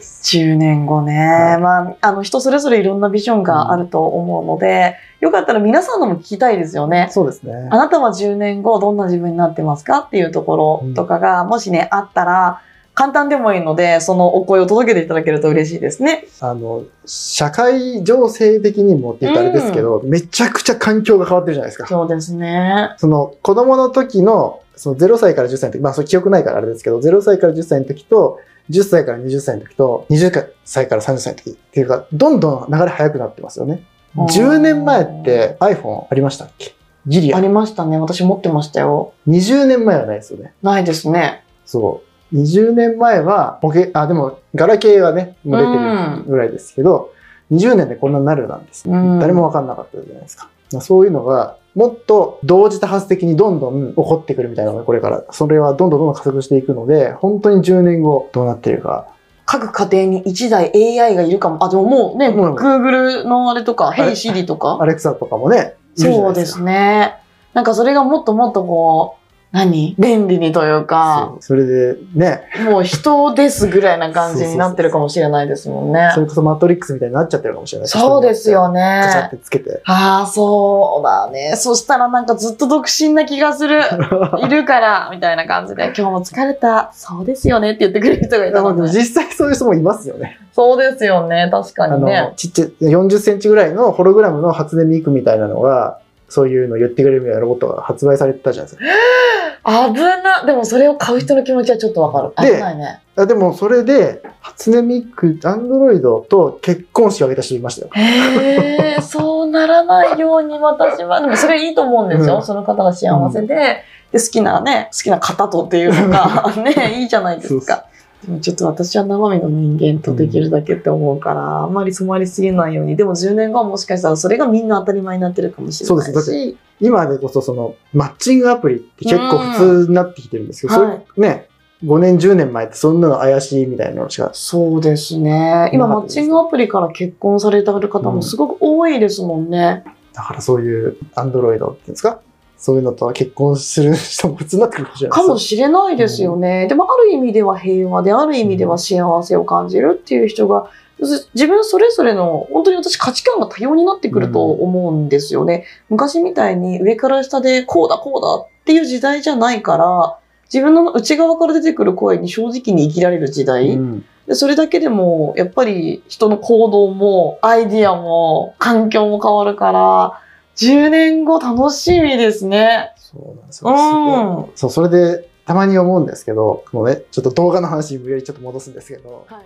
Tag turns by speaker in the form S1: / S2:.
S1: 10年後ね、
S2: はい
S1: まあ、あの人それぞれいろんなビジョンがあると思うので、よかったら皆さんのも聞きたいですよね。
S2: そうですね
S1: あ。なたは10年後どんな自分になってますかっていうところとかが、もしねあったら簡単でもいいのでそのお声を届けていただけると嬉しいですね。
S2: あの、社会情勢的にもって言ったらあれですけど、めちゃくちゃ環境が変わってるじゃないですか。
S1: そうですね。
S2: その、子供の時の、その0歳から10歳の時、まあ、それ記憶ないからあれですけど、0歳から10歳の時と、10歳から20歳の時と、20歳から30歳の時っていうか、どんどん流れ早くなってますよね。10年前って iPhone ありましたっけギリ
S1: あ
S2: ア。
S1: りましたね。私持ってましたよ。
S2: 20年前はないですよね。
S1: ないですね。
S2: そう。20年前は、ポケ、あ、でも、ガラケーはね、もう出てるぐらいですけど、20年でこんなになるなんです。
S1: うん
S2: 誰も分かんなかったじゃないですか。そういうのが、もっと同時多発的にどんどん起こってくるみたいなのがこれから、それはどんどんどんどん加速していくので、本当に10年後どうなってるか。
S1: 各家庭に1台 AI がいるかも。あ、でももうね、
S2: もう
S1: Google のあれとか、
S2: れ
S1: Hey Siri とか
S2: ア。レクサとかもね、いるじゃ
S1: そ
S2: な
S1: う
S2: いで
S1: ですす
S2: か。
S1: ね。なんかそれがもっともっとこう、何便利にというか、
S2: そうそれでね、
S1: もう人ですぐらいな感じになってるかもしれないですもんね
S2: そ。れこそマトリックスみたいになっちゃってるかもしれない。
S1: そうです。よ
S2: ガチャっ
S1: ね。
S2: てつけ て。
S1: ああ、そうだね。そしたらなんかずっと独身な気が する。いるから、みたいな感じで、今日も疲れた。そうですよねって言ってくれる人がいた
S2: でも
S1: ので。
S2: 実際そういう人もいますよね。
S1: そうですよね。確か
S2: あ
S1: に
S2: の
S1: ね、。
S2: ちっちゃい、40センチぐらいのホログラムの発電ミクみたいなのが、そういうのを言ってくれるみたいなロボットが発売されてたじゃないです
S1: 危な。でもそれを買う人の気持ちはちょっとわかる。
S2: で
S1: 危ないね。
S2: か。あでも、それで、初音ミク、アンドロイドと結婚式を挙げた人いましたよ。
S1: へえ、そうならないように私は、でもそれいいと思うんですよ。
S2: うん
S1: その方が幸せで、で、好きなね、好きな方とっていうのが ね、いいじゃないですか。でもちょっと私は生身の人間とできるだけって思うから、あんまり染まりすぎないように。でも10年後はもしかしたらそれがみんな当たり前になってるかもしれないし。
S2: そうですだ今でこそ、その、マッチングアプリって結構普通になってきてるんですけど、
S1: うん
S2: それ
S1: はい
S2: ね、5年、10年前ってそんなの怪しいみたいなのしか。
S1: そうですね。今、
S2: な
S1: マ
S2: かった
S1: ッ
S2: です
S1: チングアプリから結婚された方もすごく多いですもんね。
S2: だからそういう、アンドロイドっていうんですかそういうのと結婚する人も普通になってくるかもしれない
S1: か
S2: ですよ
S1: もしれないですよね。でもある意味では平和である意味では幸せを感じるっていう人がず自分それぞれの本当に私価値観が多様になってくると思うんですよね。昔みたいに上から下でこうだこうだっていう時代じゃないから自分の内側から出てくる声に正直に生きられる時代、
S2: うん
S1: でそれだけでもやっぱり人の行動もアイディアも環境も変わるから10年後楽しみですね。
S2: そうなんです
S1: う
S2: よ。すごい
S1: ん
S2: そう、それで、たまに思うんですけど、もうね、ちょっと動画の話に無理やりちょっと戻すんですけど、
S1: はい